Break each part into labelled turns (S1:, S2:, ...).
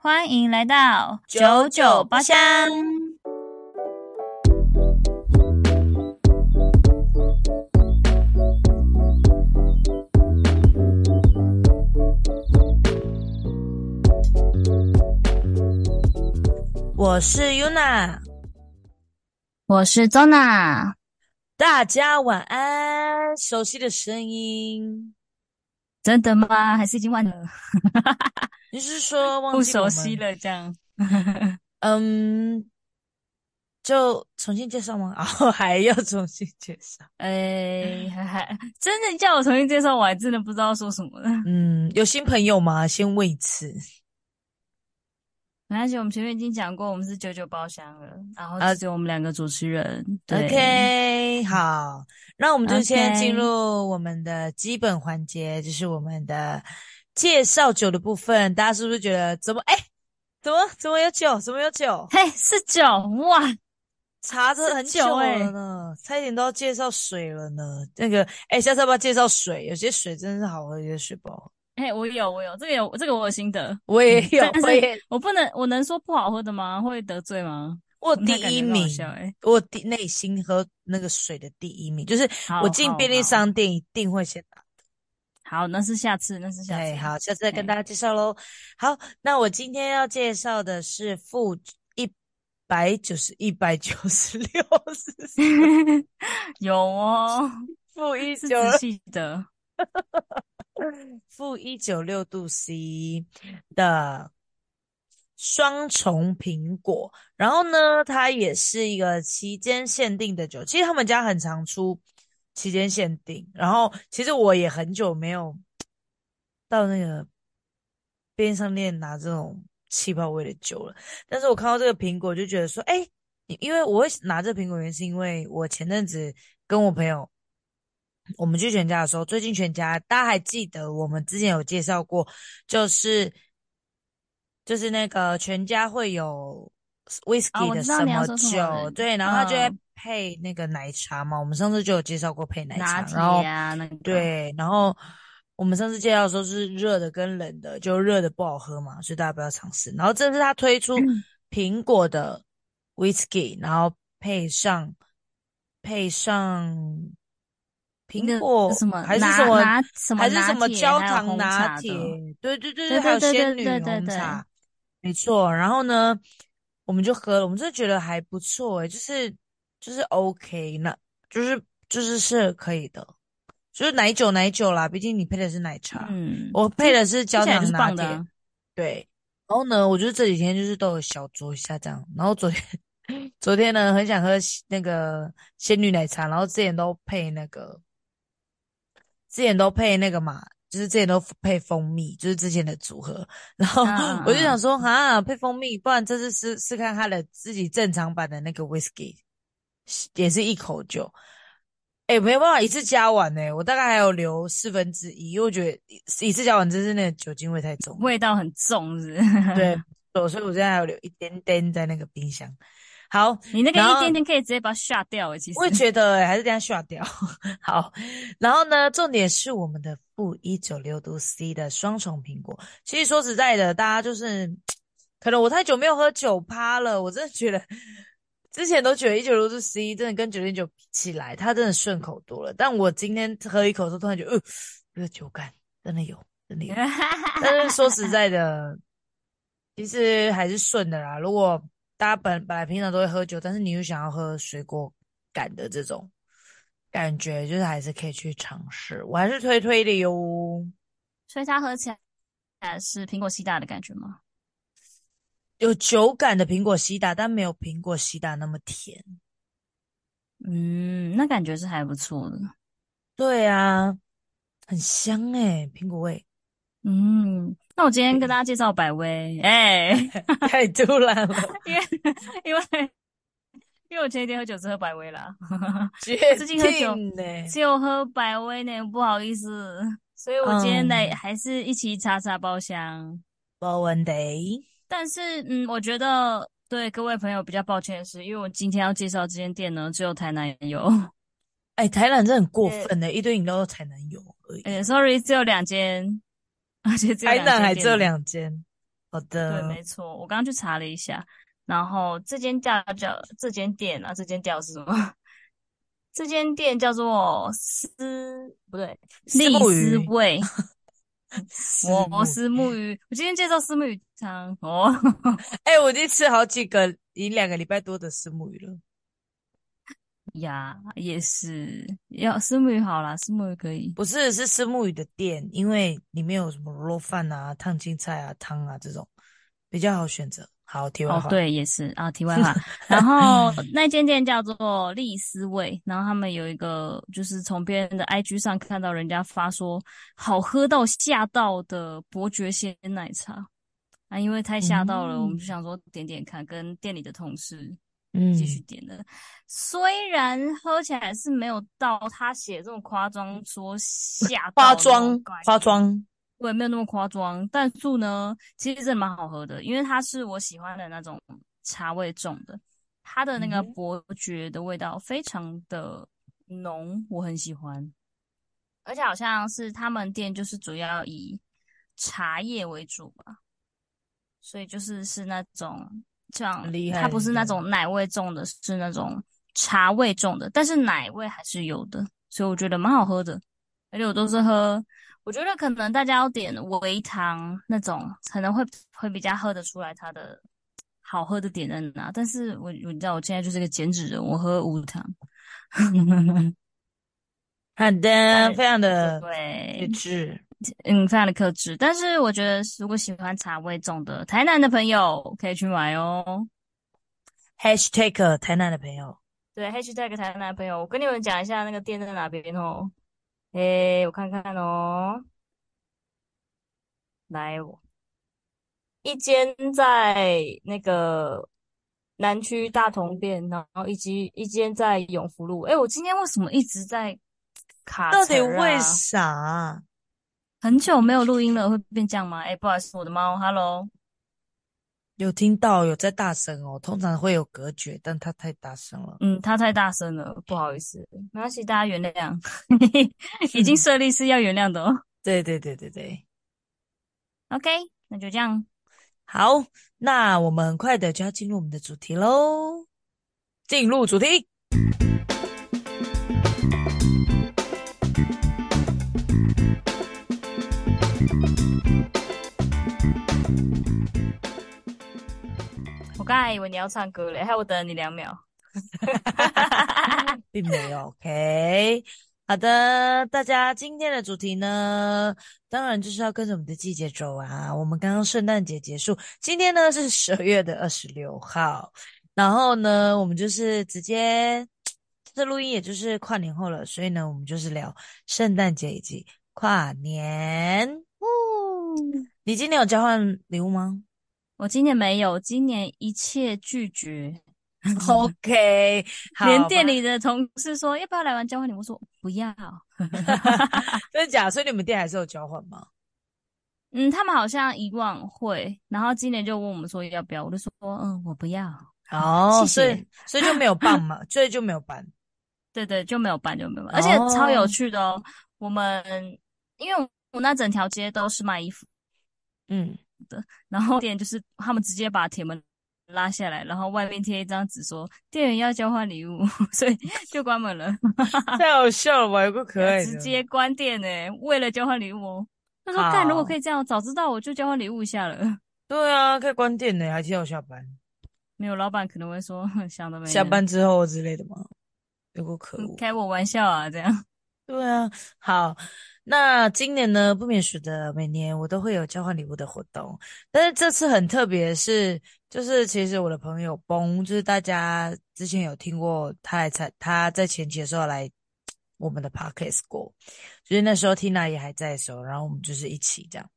S1: 欢迎来到九九包厢。
S2: 我是 Yuna，
S1: 我是 Zona，
S2: 大家晚安。熟悉的声音，
S1: 真的吗？还是已经忘了？
S2: 你是说忘
S1: 不
S2: 记我
S1: 熟
S2: 们
S1: 悉？了，这样
S2: 嗯，就重新介绍吗？ 哦，还要重新介绍。
S1: 哎，还还真的叫我重新介绍，我还真的不知道说什么了。
S2: 嗯，有新朋友吗？先问一次。
S1: 没关系，我们前面已经讲过，我们是九九包厢了，然后
S2: 啊
S1: 只有我们两个主持人。对
S2: OK，好，那我们就先
S1: OK
S2: 进入我们的基本环节，就是我们的介绍酒的部分。大家是不是觉得怎么？哎，怎么怎么有酒？怎么有酒？
S1: 嘿，是酒哇，
S2: 查着很久
S1: 是酒欸
S2: 了呢，差一点都要介绍水了呢。那个，哎、下次要不要介绍水？有些水真的是好喝，有些水不好喝。
S1: 哎，我有我有这个有这个我有心得，
S2: 我也有，
S1: 嗯但是
S2: 我也
S1: 我不能我能说不好喝的吗？会得罪吗？
S2: 我
S1: 那
S2: 第
S1: 感
S2: 一
S1: 觉很好
S2: 名，
S1: 笑哎，
S2: 我第内心喝那个水的第一名，就是
S1: 好
S2: 我进便利。
S1: 好好
S2: 商店一定会先拿。
S1: 好，那是下次，那是下
S2: 对，
S1: 次。
S2: 好，下次再
S1: 哎
S2: 跟大家介绍喽。好，那我今天要介绍的是负一百九十一百九十六，是 什么
S1: 有哦，
S2: 负一
S1: 是
S2: 九
S1: 仔细的。
S2: 负一九六度 C 的双重苹果，然后呢，它也是一个期间限定的酒。其实他们家很常出期间限定，然后其实我也很久没有到那个便利商店拿这种气泡味的酒了。但是我看到这个苹果，就觉得说，哎、你因为我会拿这苹果，原因是因为我前阵子跟我朋友我们去全家的时候，最近全家大家还记得我们之前有介绍过，就是就是那个全家会有 whisky
S1: 啊我
S2: 的
S1: 知道
S2: 什
S1: 你要
S2: 么
S1: 说什
S2: 酒，
S1: 么了
S2: 对，然后它就会
S1: 嗯
S2: 配那个奶茶嘛，我们上次就有介绍过配奶
S1: 拿
S2: 茶，
S1: 铁
S2: 然后
S1: 啊，那个，
S2: 对，然后我们上次介绍的时候是热的跟冷的，就热的不好喝嘛，所以大家不要尝试。然后这次它推出
S1: 嗯
S2: 苹果的 whisky，然后配上配上苹
S1: 那
S2: 果
S1: 什么
S2: 还是
S1: 拿
S2: 什么
S1: 拿什么
S2: 还是什
S1: 拿
S2: 么
S1: 铁
S2: 焦
S1: 还有
S2: 糖
S1: 红
S2: 拿
S1: 茶的哦
S2: 铁，对对对
S1: 对
S2: 还有
S1: 对对对
S2: 仙女
S1: 对对
S2: 红
S1: 对
S2: 茶，没错。然后呢，我们就喝了，我们真的觉得还不错诶，就是就是 OK，那就是就是是可以的，就是奶酒奶酒啦，毕竟你配的是奶茶，
S1: 嗯，
S2: 我配的是
S1: 听
S2: 焦
S1: 起来就
S2: 糖
S1: 是
S2: 拿
S1: 棒
S2: 铁
S1: 的，啊。
S2: 对，然后呢，我就这几天就是都有小酌一下这样。然后昨天，昨天呢很想喝西那个仙女奶茶，然后之前都配那个，之前都配那个嘛，就是之前都配蜂蜜，就是之前的组合。然后
S1: 嗯嗯
S2: 我就想
S1: 嗯
S2: 说，哈，配蜂蜜，不然这次试试看它的自己正常版的那个 whisky，也是一口酒。哎、没有办法一次加完呢、我大概还有留四分之一，因为我觉得一一次加完真是那个酒精味太重了。
S1: 味道很重是不是
S2: 对，对所以我现在还有留一点点在那个冰箱。好，
S1: 你那个
S2: 然
S1: 一
S2: 后
S1: 点点可以直接把它下掉诶，其实
S2: 我也觉得、欸、还是等一下刷掉。 好，然后呢，重点是我们的负一九六度 C 的双重苹果。其实说实在的，大家就是可能我太久没有喝酒趴了，我真的觉得之前都觉得一九六度 C 真的跟九点九比起来，它真的顺口多了。但我今天喝一口的时候，突然觉得，呃，这个酒感真的有，真的 有。但是说实在的，其实还是顺的啦。如果大家本本来平常都会喝酒，但是你又想要喝水果感的这种感觉，就是还是可以去尝试。我还是推推的哟。
S1: 所以它喝起来是苹果西打的感觉吗？
S2: 有酒感的苹果西打，但没有苹果西打那么甜。
S1: 嗯，那感觉是还不错的。
S2: 对啊，很香诶、苹果味。
S1: 嗯，那我今天跟大家介绍百威，哎、
S2: 太突然了，
S1: 因为 因为因为我前几天喝酒是喝百威啦，
S2: 决
S1: 最近喝酒
S2: 定呢、
S1: 只有喝百威呢，不好意思，所以我今天来、
S2: 嗯
S1: 还是一起查查包厢。
S2: 包文得
S1: 但是嗯，我觉得对各位朋友比较抱歉的是，因为我今天要介绍这间店呢，只有台南有，
S2: 哎、台南真的很过
S1: 对
S2: 分的、欸一堆饮料都台南有而已。
S1: 哎、s o r r y 只有两间，而且只有
S2: 台
S1: 两间
S2: 南还只有
S1: 店呢
S2: 两间，好
S1: 对，
S2: 的，
S1: 没错，我刚刚去查了一下，然后这间叫叫这间店啊，这间叫是什么？ 这间店叫做思，不对，
S2: 丝
S1: 丽哦
S2: 木
S1: 思
S2: 鱼
S1: 味
S2: 是
S1: 摩
S2: 木
S1: 丝木鱼。我今天介绍丝木鱼汤哦，
S2: 哎、我已经吃好几个，一两个礼拜多的石目鱼了。
S1: 呀，也是要丝木鱼好啦，丝木鱼可以。
S2: 不是，是石目鱼的店，因为里面有什么卤肉饭啊、烫青菜啊、汤啊这种比较好选择。好，题外
S1: 哦，
S2: 话，
S1: 对，也是啊，题外 话。然后那间店叫做丽思味，然后他们有一个就是从别人的 IG 上看到人家发说好喝到吓到的伯爵鲜奶茶啊，因为太吓到了，我们就
S2: 嗯
S1: 想说点点看，跟店里的同事继续
S2: 嗯，
S1: 点的。虽然喝起来是没有到他写这么夸张，说吓到的那
S2: 化
S1: 种
S2: 妆，
S1: 感
S2: 化
S1: 觉。
S2: 妆，
S1: 我也没有那么夸张，但素呢，其实真的蛮好喝的，因为它是我喜欢的那种茶味重的，它的那个
S2: 嗯，
S1: 伯爵的味道非常的浓，我很喜欢，而且好像是他们店就是主要以茶叶为主吧，所以就是是那种像
S2: 很厉
S1: 它
S2: 害，
S1: 不
S2: 很
S1: 是
S2: 厉
S1: 那
S2: 害。
S1: 种奶味重的，是那种茶味重的，但是奶味还是有的，所以我觉得蛮好喝的。而且我都是喝，我觉得可能大家要点微糖那种，可能会会比较喝得出来它的好喝的点在哪。但是我我你知道我现在就是个减脂人，我喝无糖。
S2: 好的，
S1: 但
S2: 非常的
S1: 对，
S2: 克制。
S1: 嗯，非常的克制。但是我觉得如果喜欢茶味重的台南的朋友可以去买哦。
S2: #hashtag 台南的朋友，
S1: 对，#hashtag 台南朋友，我跟你们讲一下那个店在哪边哦。诶，我看看哦，来，我一间在那个南区大同店，然后一间一间在永福路。诶，我今天为什么一直在卡
S2: 到
S1: 词
S2: 底
S1: 儿
S2: 为
S1: 啊？
S2: 啥？
S1: 很久没有录音了，会变这样吗？诶，不好意思，我的猫，Hello。
S2: 有听到有在大声哦，通常会有隔绝，但他太大声了。
S1: 嗯，它太大声了，不好意思，没关系，大家原谅。 已经
S2: 嗯，
S1: 设立是要原谅的哦。
S2: 对对对对对，
S1: OK，那就这样。
S2: 好，那我们很快的就要进入我们的主题喽。进入主题，
S1: 我刚才以为你要唱歌嘞，害我等了你两 秒。
S2: 并没有 OK。好的，大家今天的主题呢，当然就是要跟着我们的季节走啊。我们刚刚圣诞节结束，今天呢是十二月的二十六号，然后呢，我们就是直接这录音也就是跨年后了，所以呢，我们就是聊圣诞节以及跨年。
S1: 嗯，
S2: 你今年有交换礼物吗？
S1: 我今年没有，今年一切拒绝，
S2: OK，
S1: 连
S2: 好
S1: 店
S2: 吧，
S1: 里的同事说要不要来玩交换礼物，我说不要。
S2: 真的假的所以你们店还是有交换吗？
S1: 嗯，他们好像以往会，然后今年就问我们说要不要，我就说嗯，我不要，
S2: 哦，
S1: 谢
S2: 所
S1: 谢。
S2: 以所以就没有办 嘛，所以就没有办。
S1: 对对，就没有办就没有办，而且超有
S2: 哦，
S1: 趣的哦。我们因为我那整条街都是卖衣服，
S2: 嗯，
S1: 然后店就是他们直接把铁门拉下来，然后外面贴一张纸说店员要交换礼物， 所以就关 门了，
S2: 太好笑了吧，有个可
S1: 要
S2: 爱
S1: 直
S2: 的。
S1: 接关店呢、为了交换礼物哦。他说干，如果可
S2: 好，
S1: 以这样，早知道我就交换礼物一下了。
S2: 对啊，可以关店呢，还提早下班，
S1: 没有老板可能会说想得美
S2: 下
S1: 呢，
S2: 班之后之类的吗？有个可
S1: 嗯
S2: 恶。
S1: 开我玩笑啊，这样。
S2: 对啊，好，那今年呢，不免俗的，每年我都会有交换礼物的活动，但是这次很特别的是，就是其实我的朋友崩，就是大家之前有听过他来参，他在前期的时候来我们的 podcast 过，就是那时候 Tina 也还在的时候，然后我们就是一起这样。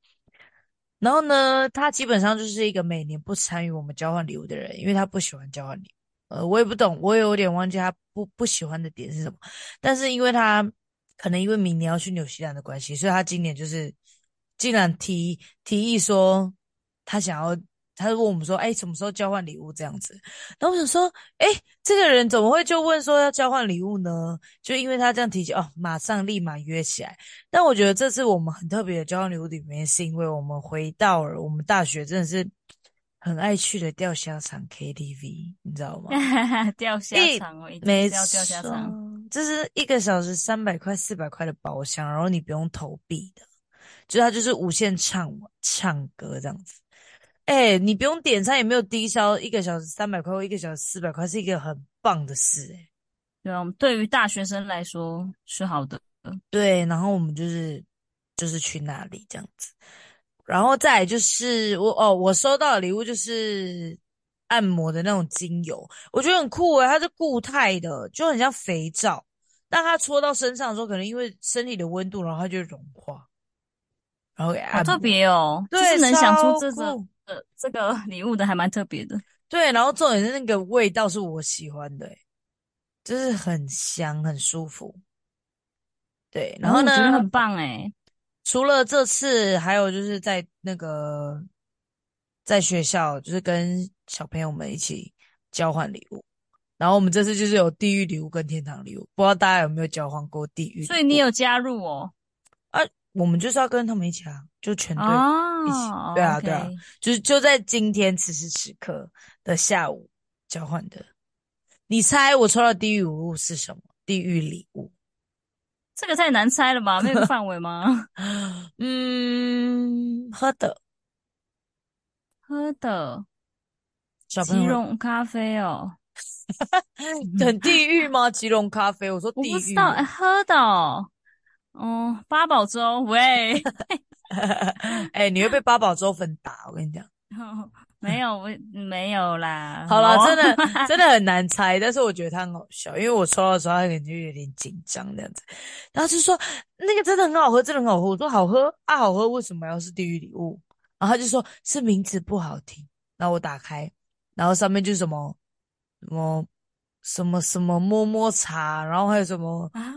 S2: 然后呢，他基本上就是一个每年不参与我们交换礼物的人，因为他不喜欢交换礼物。呃，我也不懂，我也有点忘记他不不喜欢的点是什么。但是因为他可能因为明年要去纽西兰的关系，所以他今年就是竟然提提议说他想要。他就问我们说，哎、什么时候交换礼物这样子？然后我想说，哎、这个人怎么会就问说要交换礼物呢？就因为他这样提起，哦，马上立马约起来。但我觉得这次我们很特别的交换礼物里面，是因为我们回到了我们大学真的是很爱去的钓虾场 KTV，你知道吗？
S1: 钓虾
S2: 一
S1: 场哦，一定
S2: 没
S1: 是要钓虾
S2: 错
S1: 场。，
S2: 这是一个小时三百块、四百块的包厢，然后你不用投币的，就是它就是无限唱唱歌这样子。哎、你不用点餐，也没有低消，一个小时三百块或一个小时四百块，是一个很棒的事、哎。
S1: 对啊，我们对于大学生来说是好的。
S2: 对，然后我们就是就是去那里这样子，然后再来就是我哦，我收到的礼物就是按摩的那种精油，我觉得很酷欸诶，它是固态的，就很像肥皂，但它搓到身上的时候，可能因为身体的温度，然后它就融化，然后给
S1: 好
S2: 按
S1: 特
S2: 摩。
S1: 别哦，就
S2: 啊对
S1: 是能想出
S2: 超
S1: 这个
S2: 酷
S1: 呃这个礼物的，还蛮特别的。
S2: 对，然后重点是那个味道是我喜欢的、诶欸就是很香，很舒服。对，
S1: 然
S2: 然
S1: 后哦
S2: 后
S1: 我
S2: 呢，
S1: 觉得很棒诶，
S2: 除了这次，还有就是在那个在学校，就是跟小朋友们一起交换礼物。然后我们这次就是有地狱礼物跟天堂礼物，不知道大家有没有交换过地狱礼物？
S1: 所以你有加入哦。
S2: 啊，我们就是要跟他们一起啊，就全队一起。
S1: 哦
S2: 对啊，对啊，
S1: ，OK，
S2: 就是就在今天此时此刻的下午交换的。你猜我抽到地狱礼物是什么？地狱礼物？
S1: 这个太难猜了吧？没有个范围吗？
S2: 嗯，喝的
S1: 喝的
S2: 小
S1: 即
S2: 朋友们
S1: 溶咖啡哦，
S2: 很地狱吗？吉隆咖嗯啡，我说
S1: 我
S2: 地
S1: 不知
S2: 狱
S1: 道，
S2: 耶
S1: 哎，，喝的哦，嗯，八宝粥， 喂，
S2: 哎、你会被八宝粥粉打，我跟你讲。
S1: 没有，我没有啦，
S2: 好啦，
S1: 哦
S2: 真的 真的很难猜，但是我觉得他很好笑，因为我抽到的时候，他感觉有点紧张这样子，然后就说那个真的很好喝，真的很好喝。我说好喝啊，好喝，为什么要是地狱礼物？然后他就说是名字不好听。然后我打开，然后上面就是什么什么什么什么么么茶，然后还有什么
S1: 啊，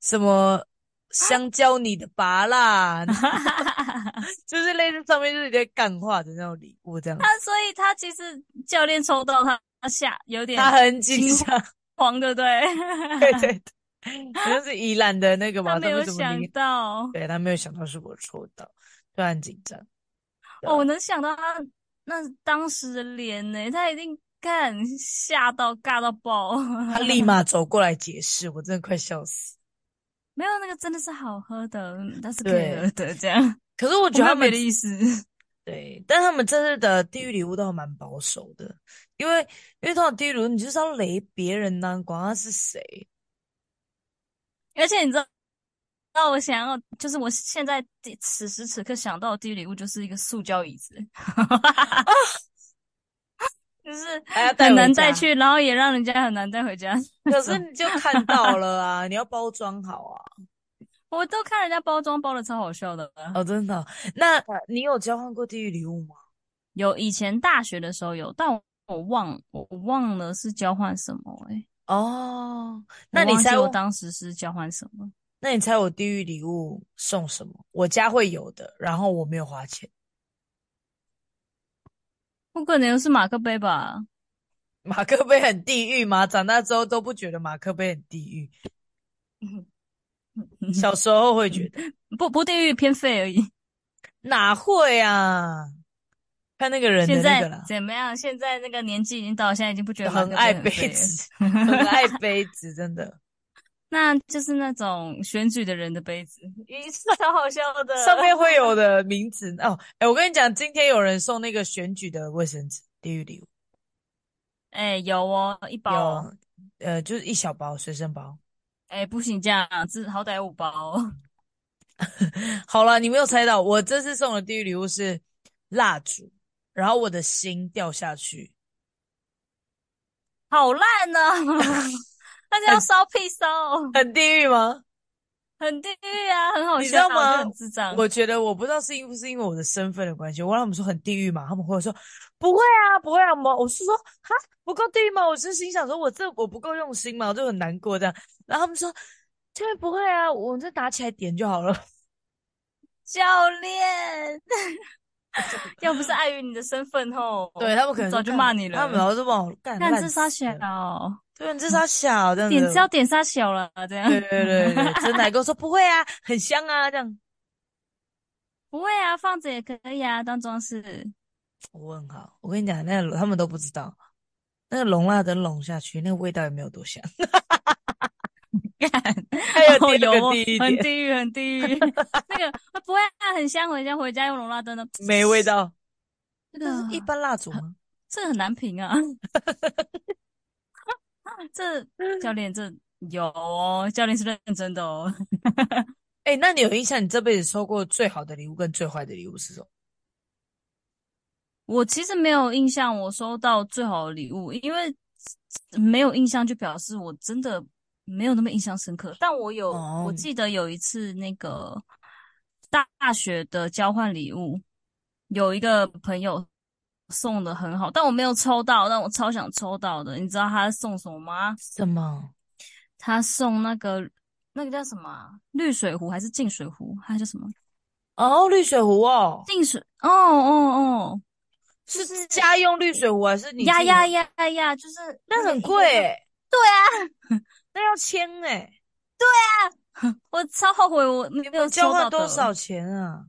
S2: 什么香蕉你的拔啦，就是类似上面就是一些干话的那种礼物这样 子。
S1: 他所以他其实教练抽到他，他吓有点
S2: 他很紧
S1: 惊
S2: 张，
S1: 慌，对不对？
S2: 对对对，好像是宜兰的那个吧，
S1: 他没
S2: 他
S1: 有
S2: 们怎么
S1: 想
S2: 领？
S1: 到
S2: 对他没有想到是我抽到，突然紧张。对啊
S1: 哦，我能想到他那当时的脸呢，他一定看吓到尬到爆。
S2: 他立马走过来解释，我真的快笑死。
S1: 没有那个真的是好喝的，嗯但是可以
S2: 对
S1: 喝的这样，
S2: 可是我
S1: 我
S2: 觉
S1: 没
S2: 得他
S1: 有别
S2: 们
S1: 的意思。
S2: 对，但他们这次的地狱礼物都还蛮保守的，因为因为通常地狱礼物你就是要雷别人呐、管他是谁。
S1: 而且你知道，那我想要就是我现在第此时此刻想到的第一礼物就是一个塑胶椅子， 就是
S2: 还要啊带
S1: 很
S2: 回
S1: 难带
S2: 家
S1: 去，然后也让人家很难带回家。
S2: 可是你就看到了啊，你要包装好啊。
S1: 我都看人家包装包的超好笑的啊。
S2: 哦，真的哦、那你有交换过地狱礼物吗？
S1: 有以前大学的时候有，但我我忘我忘了是交换什么诶、
S2: 哦，
S1: 我
S2: 那你
S1: 忘记
S2: 猜
S1: 我
S2: 我，
S1: 当时是交换什么。
S2: 那你猜我地狱礼物送什么？我家会有的，然后我没有花钱，
S1: 不可能是马克杯吧？
S2: 马克杯很地狱吗？长大之后都不觉得马克杯很地 狱，小时候会 觉得
S1: 不不地狱偏废而已。
S2: 哪会啊？看那个人的
S1: 现
S2: 那
S1: 在
S2: 个啦，
S1: 怎么样？现在那个年纪已经到了，现在已经不觉得马
S2: 很
S1: 克
S2: 爱
S1: 杯很废
S2: 杯
S1: 了。
S2: 子，很爱杯子，真的，
S1: 那就是那种选举的人的杯子，咦，是超好笑的。
S2: 上面会有的名字哦。哎，我跟你讲，今天有人送那个选举的卫生纸，地狱礼物
S1: 哎、有哦，一包哦。
S2: 有，呃，就是一小包随身包。
S1: 哎、不行，这样至好歹五包哦、
S2: 好了，你没有猜到，我这次送的地狱礼物是蜡烛，然后我的心掉下去，
S1: 好烂呢、 大家要烧屁烧，哦
S2: 很地狱吗？
S1: 很地狱啊，很好
S2: 你知
S1: 笑，
S2: 道
S1: 我觉
S2: 吗
S1: 得很智障。
S2: 我觉得我不知道是因不是因为我的身份的关系，我问他们说很地狱嘛，他们会说不会啊，不会啊，我我是说哈不够地狱吗？我是心想说我这我不够用心嘛，我就很难过这样。然后他们说这不会啊，我这拿起来点就好了。
S1: 教练， 要不是碍于你的身份吼，
S2: 对他们可能
S1: 早就骂你了
S2: 他们老是骂我干，
S1: 干
S2: 烂
S1: 这傻
S2: 死
S1: 小
S2: 了，，对你这傻小这样
S1: 点
S2: 子，
S1: 是要点傻小了这样。
S2: 对对对对，真奶跟我说不会啊，很香啊这样，
S1: 不会啊，放着也可以啊，当装饰。
S2: 我问号，我跟你讲，那个他们都不知道，那个龙蜡灯拢下去，那个味道也没有多 香，还有
S1: 哦，
S2: 第
S1: 有
S2: 二个
S1: 哦
S2: 第一
S1: 很
S2: 点，
S1: 地狱，很地狱。 那个啊不会啊，很香，回家回家用龙蜡灯的，
S2: 没味道，
S1: 这
S2: 那
S1: 个
S2: 是一啊嗯般蜡烛吗？
S1: 这个很难评啊。 这教练这有哦教练是认真的哦。
S2: 哎、那你有印象你这辈子收过最好的礼物跟最坏的礼物是什么？
S1: 我其实没有印象我收到最好的礼物，因为没有印象就表示我真的没有那么印象深刻。但我有，
S2: 哦
S1: 我记得有一次那个大学的交换礼物，有一个朋友送的很好，但我没有抽到，但我超想抽到的。你知道他送什么吗？
S2: 什么？
S1: 他送那个那个叫什么啊绿水壶还是净水壶，还是什么
S2: 哦，绿水壶哦，
S1: 净水？哦哦哦，
S2: 是
S1: 是
S2: 家用绿水壶还是你自
S1: 呀
S2: 己
S1: 呀
S2: 买？
S1: 呀呀呀，就是
S2: 那
S1: 个
S2: 很
S1: 一个
S2: 贵啊
S1: 一个
S2: 哎、 那要签哎、
S1: 我超后悔，我没
S2: 你
S1: 有
S2: 们交
S1: 抽
S2: 换
S1: 到
S2: 多
S1: 的
S2: 少？钱啊？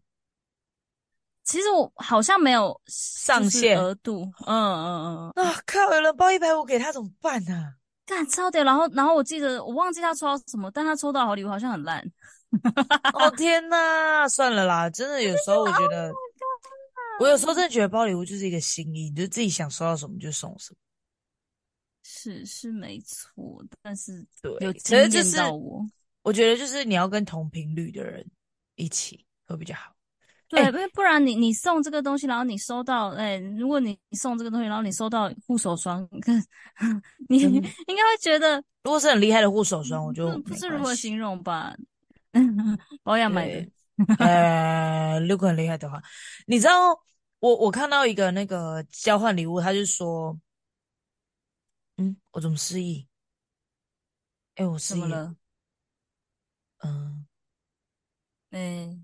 S1: 其实我好像没有
S2: 上
S1: 就是
S2: 限
S1: 额度，嗯嗯嗯，嗯，
S2: 啊靠！有人包一百五给他怎么办呢、啊？
S1: 干超屌。然后然后我记得我忘记他抽到什么，但他抽到好礼物好像很烂。
S2: 哦天呐，算了啦，真的有时
S1: ，Oh
S2: 候我觉得，我有时候真的觉得包礼物就是一个心意，你就自己想收到什么就送什么。
S1: 是是没错，但是
S2: 对，
S1: 有
S2: 可
S1: 惊
S2: 是就
S1: 艳
S2: 是哎
S1: 到我。
S2: 我觉得就是你要跟同频率的人一起会比较好。
S1: 对，
S2: 哎
S1: 因为不然你你送这个东西，然后你收到，哎、如果你送这个东西，然后你收到护手霜， 你
S2: 真
S1: 应
S2: 的
S1: 该会觉得
S2: 如果是很厉害的护嗯手霜，我就
S1: 嗯不不
S2: 没
S1: 知
S2: 关
S1: 如何
S2: 系。
S1: 形容吧。 保养买的，
S2: 对，呃，如果很厉害的话，你知道我我看到一个那个交换礼物，他就说，嗯，我怎么失忆？哎，我失
S1: 怎么
S2: 忆了，
S1: 了？
S2: 嗯，
S1: 哎、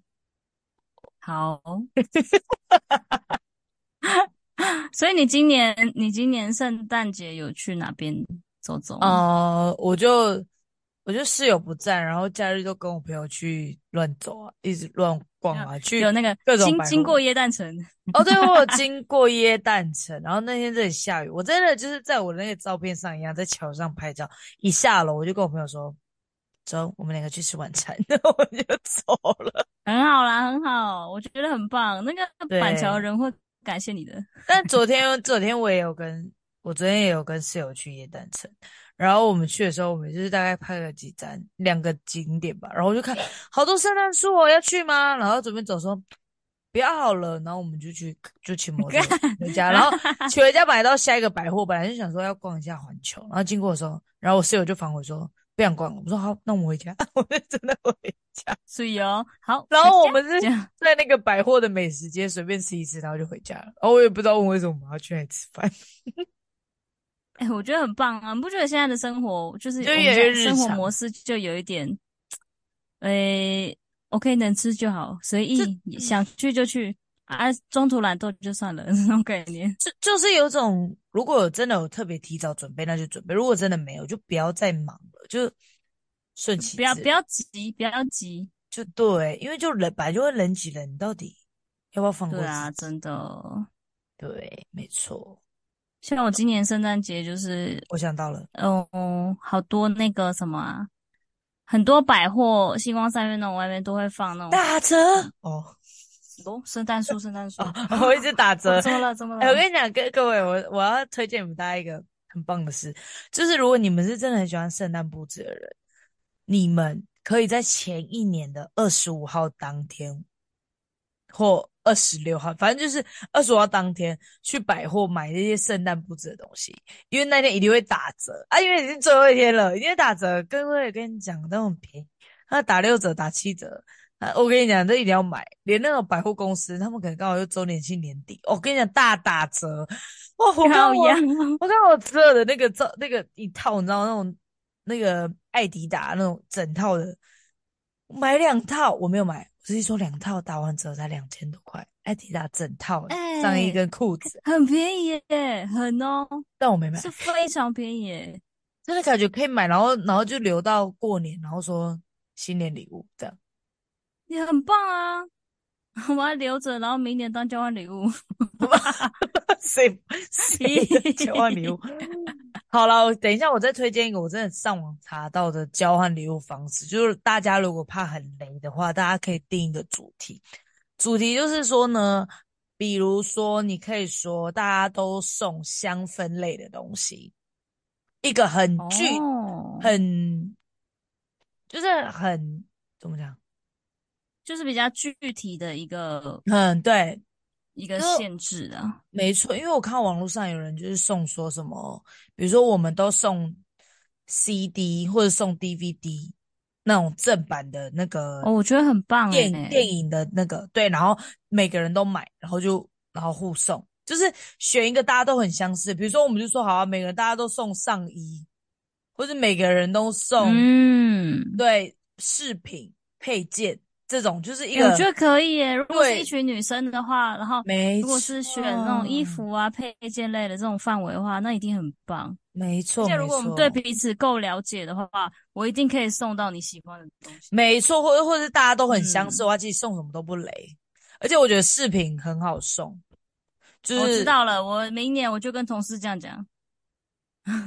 S1: 好。 所以你今年，你今年圣诞节有去哪边走走吗？
S2: 呃，我就我就室友不在，然后假日都跟我朋友去乱走啊，一直乱逛啊，去
S1: 有那个
S2: 各种
S1: 经
S2: 百货
S1: 经过耶诞城，
S2: 哦，对， 我有经过耶诞城，然后那天这里下雨，我真的就是在我那个照片上一样，在桥上拍照。一下楼我就跟我朋友说：走，我们两个去吃晚餐。 然后我就走了。
S1: 很好啦，很好，我觉得很棒。那个板桥
S2: 对
S1: 人会感谢你的。
S2: 但昨天，昨天我也有跟我昨天也有跟室友去耶诞城，然后我们去的时候，我们就是大概拍了几张两个景点吧，然后我就看好多圣诞树哦，要去吗？然后准备走说不要好了，然后我们就去就骑摩托车回家，然后骑回家买到下一个百货，本来就想说要逛一下环球，然后经过的时候，然后我室友就反悔说不想逛了，我说好，那我们回家， 我就真的回家，
S1: 所以哦，好，
S2: 然后
S1: 回家
S2: 我们是
S1: 这样
S2: 在那个百货的美食街随便吃一吃，然后就回家了。然后我也不知道我为什么我们要去那里吃饭，
S1: 哎、我觉得很棒啊！你不觉得现在的生活就是
S2: 就
S1: 我们
S2: 越来
S1: 现在
S2: 越日
S1: 生活
S2: 常
S1: 模式就有一点，哎、o k 能吃就好，随意，
S2: 嗯
S1: 你想去就去啊，中途懒惰就算了 那种概念。
S2: 就就是有种如果有真的有特别提早准备，那就准备；如果真的没有，就不要再忙了，就顺其
S1: 不要
S2: 自
S1: 不
S2: 然，
S1: 要急，不要急，
S2: 就对，因为就人本来就会人挤人，你到底要不要放
S1: 对
S2: 过自
S1: 啊，
S2: 己？
S1: 真的。
S2: 对，没错，
S1: 像我今年圣诞节就是，
S2: 我想到了，
S1: 嗯，好多那个什么啊，很多百货、星光三月那种外面都会放那种
S2: 打折
S1: 嗯
S2: 哦
S1: 哦，圣诞树、圣诞树。
S2: 哦， 我一直打折
S1: 哦，怎么了？怎么
S2: 哎，我
S1: 了？
S2: 跟你讲，各各位，我我要推荐你们大家一个很棒的事，就是如果你们是真的很喜欢圣诞布置的人，你们可以在前一年的二十五号当天或二十六号，反正就是二十五号当天去百货买这些圣诞布置的东西，因为那天一定会打折啊，因为已经最后一天了，一定会打折。各位，我跟你讲，都很便宜，他打六折、打七折。啊，我跟你讲，这一定要买，连那个百货公司，他们可能刚好又周年庆年底，哦我跟你讲大打折，哇！我看
S1: 靠
S2: 我
S1: 呀！
S2: 我看我所有的那个照那个一套，你知道那种那个艾迪达那种整套的，买两套我没有买，我是说两套打完折才两千多块，艾迪达整套欸
S1: 哎
S2: 上衣跟裤子，
S1: 很便宜耶，很哦，
S2: 但我没买，
S1: 是非常便宜耶。
S2: 真的感觉可以买，然后然后就留到过年，然后说新年礼物这样。
S1: 你很棒啊！ 我把它留着，然后明年当交换礼 物。
S2: 谁谁 的交换礼物？好了，我等一下我再推荐一个我真的上网查到的交换礼物方式，就是大家如果怕很雷的话，大家可以定一个主题。主题就是说呢，比如说你可以说大家都送香氛类的东西，一个很具、
S1: 哦，
S2: 很就是很怎么讲？
S1: 就是比较具体的一个
S2: 嗯，对，
S1: 一个
S2: 就
S1: 限制啊。
S2: 没错，因为我看网络上有人就是送说什么，比如说我们都送 CD 或者送 DVD 那种正版的那个
S1: 哦，我觉得很棒
S2: 电
S1: 哎，
S2: 电影的那个，对，然后每个人都买，然后就然后互送，就是选一个大家都很相似，比如说我们就说好啊，每个人大家都送上衣，或者每个人都送、
S1: 嗯，
S2: 对饰品配件这种，就是一
S1: 哎，我
S2: 个
S1: 觉得可以耶。如果是
S2: 对
S1: 一群女生的话，然后
S2: 没
S1: 如果是选那种衣
S2: 错
S1: 服啊、配件类的这种范围的话，那一定很棒。
S2: 没
S1: 而
S2: 错，
S1: 且如
S2: 没
S1: 果我们对
S2: 错
S1: 彼此够了解的话，我一定可以送到你喜欢的东西。
S2: 没错，或者或者是大家都很相
S1: 嗯
S2: 似的话，其实送什么都不雷。而且我觉得饰品很好送，就
S1: 我哦知
S2: 是
S1: 道了，我明年我就跟同事这样讲，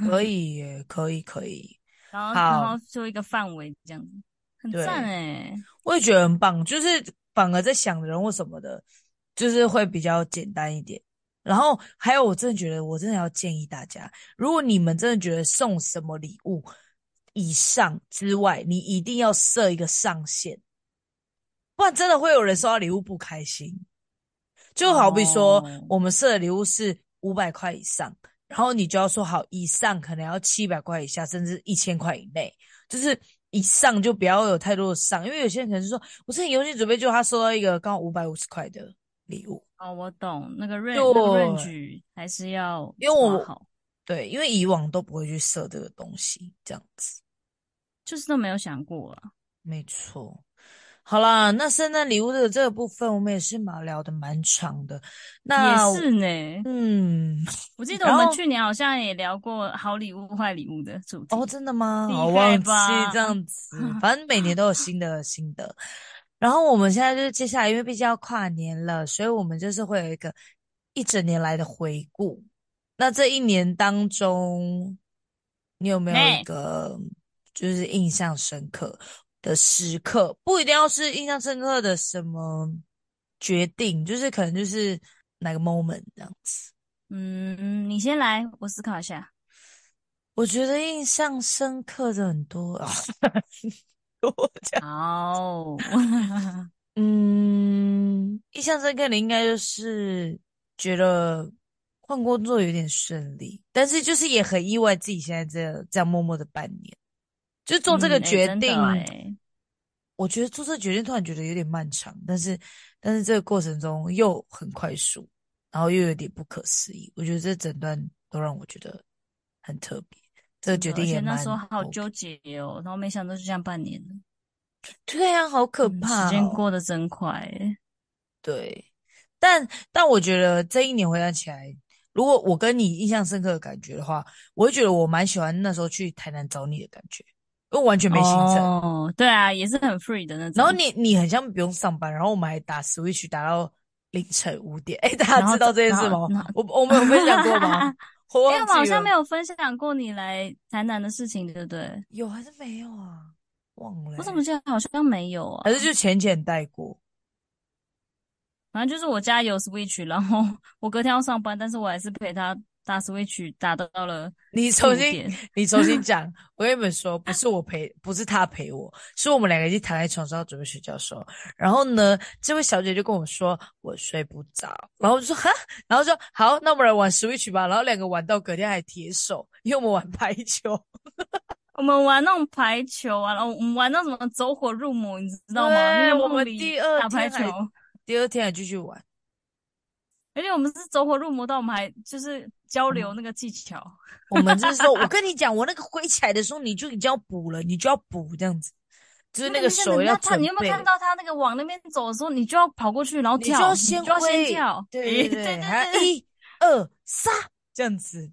S2: 可 以耶，可以可以，
S1: 然后然
S2: 好
S1: 后，就一个范围这样子，很赞
S2: 对，
S1: 哎。
S2: 我也觉得很棒。就是反而在想人或什么的，就是会比较简单一点。然后还有，我真的觉得，我真的要建议大家，如果你们真的觉得送什么礼物以上之外，你一定要设一个上限，不然真的会有人收到礼物不开心。就好比说，
S1: 哦，
S2: 我们设的礼物是五百块以上，然后你就要说好，以上可能要七百块以下，甚至一千块以内，就是以上就不要有太多的上，因为有些人可能是说，我是很用心准备，就他收到一个刚好五百五十块的礼物，
S1: 哦，我懂，那个 range 那个
S2: 对，
S1: range 还是要
S2: 因为
S1: 抓
S2: 我
S1: 好，
S2: 对，因为以往都不会去设这个东西，这样子，
S1: 就是都没有想过啊。
S2: 没错。好啦，那圣诞礼物的这个部分，我们也是蛮聊的蛮长的，
S1: 也
S2: 那
S1: 是呢，
S2: 嗯，
S1: 我记得
S2: 然
S1: 我们
S2: 后。
S1: 去年好像也聊过好礼物、坏礼物的主
S2: 哦，
S1: 题，
S2: 真的吗？
S1: 厉
S2: 我
S1: 害
S2: 忘记
S1: 吧？
S2: 这样子，反正每年都有新的新的。然后我们现在就是接下来，因为毕竟要跨年了，所以我们就是会有一个一整年来的回顾。那这一年当中，你有没有一
S1: 嘿，
S2: 个就是印象深刻的时刻？不一定要是印象深刻的什么决定，就是可能就是哪个 moment 这样子。
S1: 嗯，你先来，我思考一 下。
S2: 我觉得印象深刻的很 多啊， 我讲。
S1: 哦，
S2: 嗯，印象深刻的应该就是觉得换工作有点顺利，但是就是也很意外自己现在这样这样默默的半年，就 做这
S1: 嗯，
S2: 个
S1: 哎、
S2: 决
S1: 真的
S2: 定，
S1: 哎、
S2: 我觉得做这个决定突然觉得有点漫长，但是但是这个过程中又很快速，然后又有点不可思议，我觉得这整段都让我觉得很特别，这个
S1: 真
S2: 决
S1: 的，而
S2: 定也
S1: 且那
S2: 蛮
S1: 时候好
S2: OK。
S1: 纠结哦，然后没想到就这样半年了，
S2: 对啊，好可
S1: 嗯，时
S2: 怕
S1: 间
S2: 哦。
S1: 过得真快、欸，
S2: 对，但但我觉得这一年回想起来，如果我跟你印象深刻的感觉的话，我会觉得我蛮喜欢那时候去台南找你的感觉，因为完全没行程，
S1: 哦，对啊，也是很 free 的那
S2: 然后
S1: 种，
S2: 你你很像不用上班，然后我们还打 Switch 打到凌晨五点。哎，大家
S1: 然后
S2: 知道这件
S1: 然
S2: 事
S1: 后
S2: 吗？
S1: 然后，
S2: 我我们有分享 过吗？我
S1: 哎、
S2: 忘
S1: 我们好
S2: 记
S1: 像没
S2: 了，
S1: 有分享过你来台南的事情，对不对？
S2: 有还是没有啊？忘了
S1: 我怎么
S2: 欸、
S1: 记得好像没有
S2: 还是
S1: 啊？
S2: 就浅浅带过。
S1: 反正就是我家有 Switch，然后 我隔天要上班，但是我还是陪他打 Switch 打到了
S2: 你重
S1: 五
S2: 新，
S1: 点。
S2: 你重新讲。我跟你们说，不是我陪，不是他陪我，是我们两个一起躺在床上准备睡觉的时候，然后呢，这位小姐就跟我说我睡不着，然后我就说哈，然后说好，那我们来玩 Switch 吧，然后两个玩到隔天还铁手，因为我们玩排球。
S1: 我们玩那种排球啊，然后我们玩那种什么走火入魔，你知道吗？那
S2: 对，
S1: 个
S2: 我
S1: 梦
S2: 们
S1: 里
S2: 第二
S1: 打排
S2: 天
S1: 球，
S2: 还，第二天还继续玩，
S1: 而且我们是走火入魔到我们还就是交
S2: 嗯
S1: 流那个技巧。
S2: 我们就是说我跟你讲，我那个挥起来的时候，你就已经要补了，你就要补这样子。就是那个
S1: 你看
S2: 手
S1: 人
S2: 要
S1: 家他，
S2: 准
S1: 你有没
S2: 备
S1: 有看到他那个往那边走的时候，你就要跑过去，然后
S2: 你就
S1: 跳，
S2: 要
S1: 你
S2: 先
S1: 就要先
S2: 挥
S1: 跳，
S2: 对
S1: 对
S2: 对，还要
S1: 对
S2: 一二三这样子。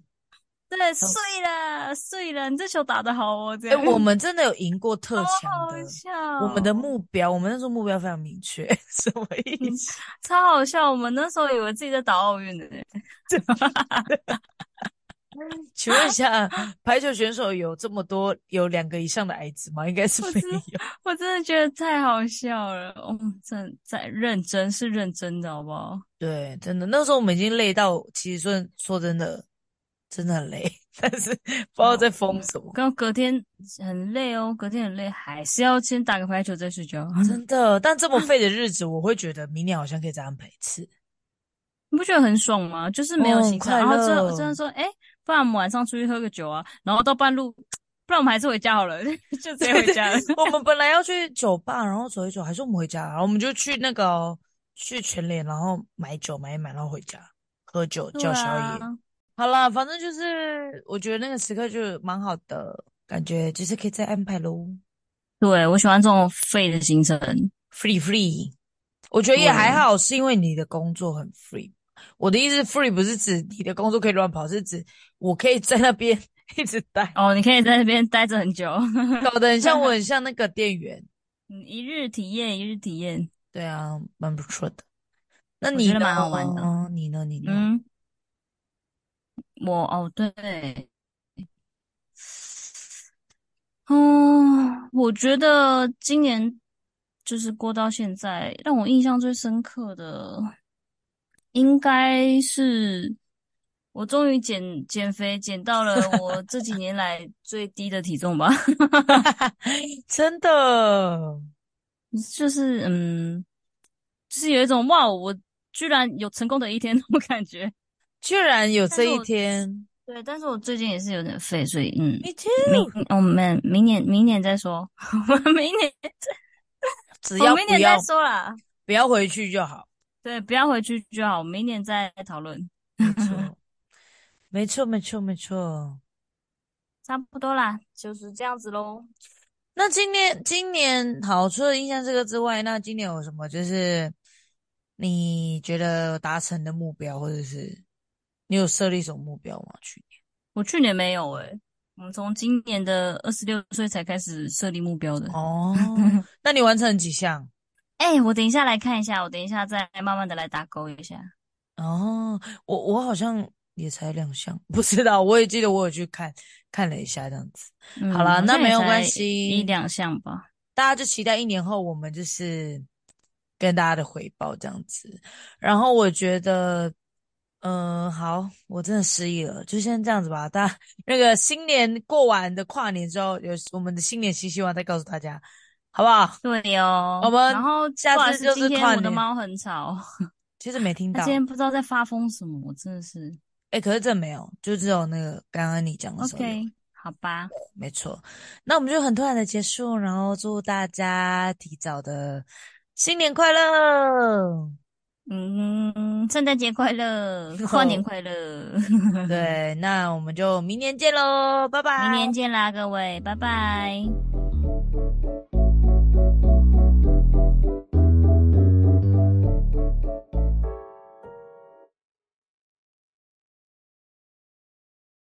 S1: 对，碎了碎了，你这球打得好哦，这
S2: 哎、
S1: 样
S2: 我们真的有赢过特强
S1: 好
S2: 的，
S1: 笑，哦
S2: 我们的目标，我们那时候目标非常明确， 什么意
S1: 嗯
S2: 思？
S1: 超好笑，我们那时候以为自己在打奥运呢，
S2: 请问一下，排球选手有这么多有两个以上的矮子吗？应该是
S1: 我
S2: 没
S1: 知
S2: 有。
S1: 我真的觉得太好笑了，嗯，真在认真是认真的好不好？
S2: 对，真的，那时候我们已经累到，其实说说真的，真的很累， 但是不知
S1: 哦
S2: 道在疯什么。
S1: 刚隔天很累哦，隔天很累，还是要先打个排球再睡觉。
S2: 真的，但这么废的日子，我会觉得明年好像可以再安排一次。
S1: 你不觉得很爽吗？就是没有
S2: 哦
S1: 行程，
S2: 快
S1: 然后
S2: 乐
S1: 之后真的说，哎、不然我们晚上出去喝个酒啊，然后到半路，不然我们还是回家好了， 就直接回家了。
S2: 我们本来要去酒吧，然后走一走，还是我们回家，然后我们就去那个哦、去全联，然后买酒买一买，然后回家喝酒
S1: 对
S2: 叫宵
S1: 啊
S2: 夜。，好啦，反正就是我觉得那个时刻就蛮好的感觉，就是可以再安排喽
S1: 对我喜欢这种废的行程，
S2: ，free free。我觉得也
S1: 对
S2: 还好，是因为你的工作很 free。我的意思，free 不是指你的工作可以乱跑，是指我可以在那边 一直待，
S1: 哦，你可以在那边待着很久，
S2: 搞得很像我很像那个店员。
S1: 嗯一日体验，一日体验。
S2: 对啊，蛮不错的。那
S1: 我
S2: 你
S1: 觉
S2: 呢？
S1: 得蛮好玩的
S2: 嗯，你呢？你呢？
S1: 嗯，我哦对，嗯，我觉得今年就是过到现在，让我印象最深刻的，应该是我终于减减肥减到了我这几年来最低的体重吧。
S2: 真的，
S1: 就是嗯，就是有一种哇，我居然有成功的一天那种感觉。
S2: 居然有
S1: 但
S2: 这
S1: 是
S2: 一
S1: 我
S2: 天
S1: 对，但是我最近也是有点废，所以嗯，
S2: ，Me
S1: 明
S2: too。
S1: 我们明年明年再说， 我们明年
S2: 只
S1: 我
S2: 要
S1: 明
S2: 不
S1: 年再
S2: 要
S1: 说啦。
S2: 不要回去就好。
S1: 对，不要回去就好，明年再讨论，
S2: 没 错，没错，没错，没错。
S1: 差不多啦，就是这样子喽。
S2: 那今年，今年好，除了印象这个之外，那今年有什么就是你觉得达成的目标，或者是你有设立什么目标吗？去年
S1: 我去年没有诶、我们从今年的二十六岁才开始设立目标的。
S2: 哦，那你完成了几项？
S1: 哎、我等一下来看一下，我等一下再慢慢的来打勾一下。
S2: 哦，我我好像也才两项，不知道，我也记得我有去看看了一下这样子。
S1: 嗯，
S2: 好啦
S1: 好
S2: 那
S1: 像也
S2: 没有
S1: 才
S2: 关系
S1: 一两项吧。
S2: 大家就期待一年后我们就是跟大家的回报这样子。然后我觉得，嗯、好，我真的失忆了，就先这样子吧。大家那个新年过完的跨年之后，有我们的新年新希望再告诉大家，好不好？
S1: 对哦，
S2: 我们
S1: 然后
S2: 下
S1: 不好意
S2: 次
S1: 思
S2: 就是
S1: 今天
S2: 跨
S1: 我的
S2: 年
S1: 猫很吵，
S2: 其实没听
S1: 它
S2: 到，
S1: 今天不知道在发疯什么，我真的是。
S2: 哎，可是这没有，就只有那个刚刚你讲的时候有
S1: OK，好吧，
S2: 没错，那我们就很突然的结束，然后祝大家提早的新年快 乐。
S1: 嗯，圣诞节快乐，跨年快乐，
S2: 对，那我们就明年见喽，拜拜。
S1: 明年见啦，各位，拜拜。